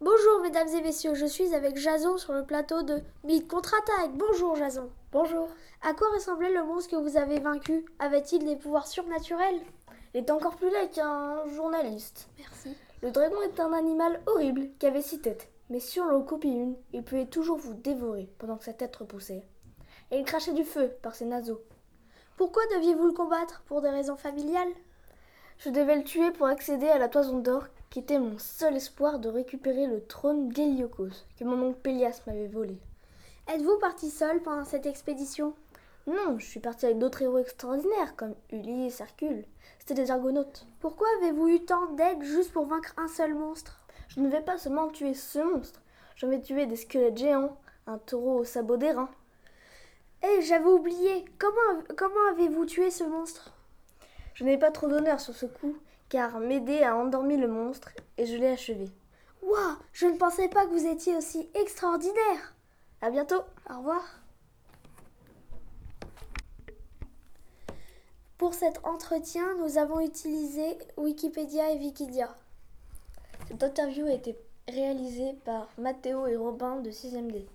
Bonjour mesdames et messieurs, je suis avec Jason sur le plateau de Mythe contre-attaque. Bonjour Jason. Bonjour. À quoi ressemblait le monstre que vous avez vaincu Avait-il des pouvoirs surnaturels Il est encore plus laid qu'un journaliste. Merci. Le dragon est un animal horrible qui avait six têtes. Mais si on l'en copie une, il pouvait toujours vous dévorer pendant que sa tête repoussait. Et il crachait du feu par ses naseaux. Pourquoi deviez-vous le combattre Pour des raisons familiales Je devais le tuer pour accéder à la toison d'or, qui était mon seul espoir de récupérer le trône d'Héliocos, que mon oncle Pélias m'avait volé. Êtes-vous parti seul pendant cette expédition Non, je suis partie avec d'autres héros extraordinaires, comme Ulysse, Hercule. C'était des argonautes. Pourquoi avez-vous eu tant d'aide juste pour vaincre un seul monstre Je ne vais pas seulement tuer ce monstre, je vais tuer des squelettes géants, un taureau au sabot d'airain. Eh, j'avais oublié Comment, comment avez-vous tué ce monstre Je n'ai pas trop d'honneur sur ce coup, car Médée a endormi le monstre et je l'ai achevé. Waouh Je ne pensais pas que vous étiez aussi extraordinaire À bientôt Au revoir. Pour cet entretien, nous avons utilisé Wikipédia et Wikidia. Cette interview a été réalisée par Mathéo et Robin de 6MD.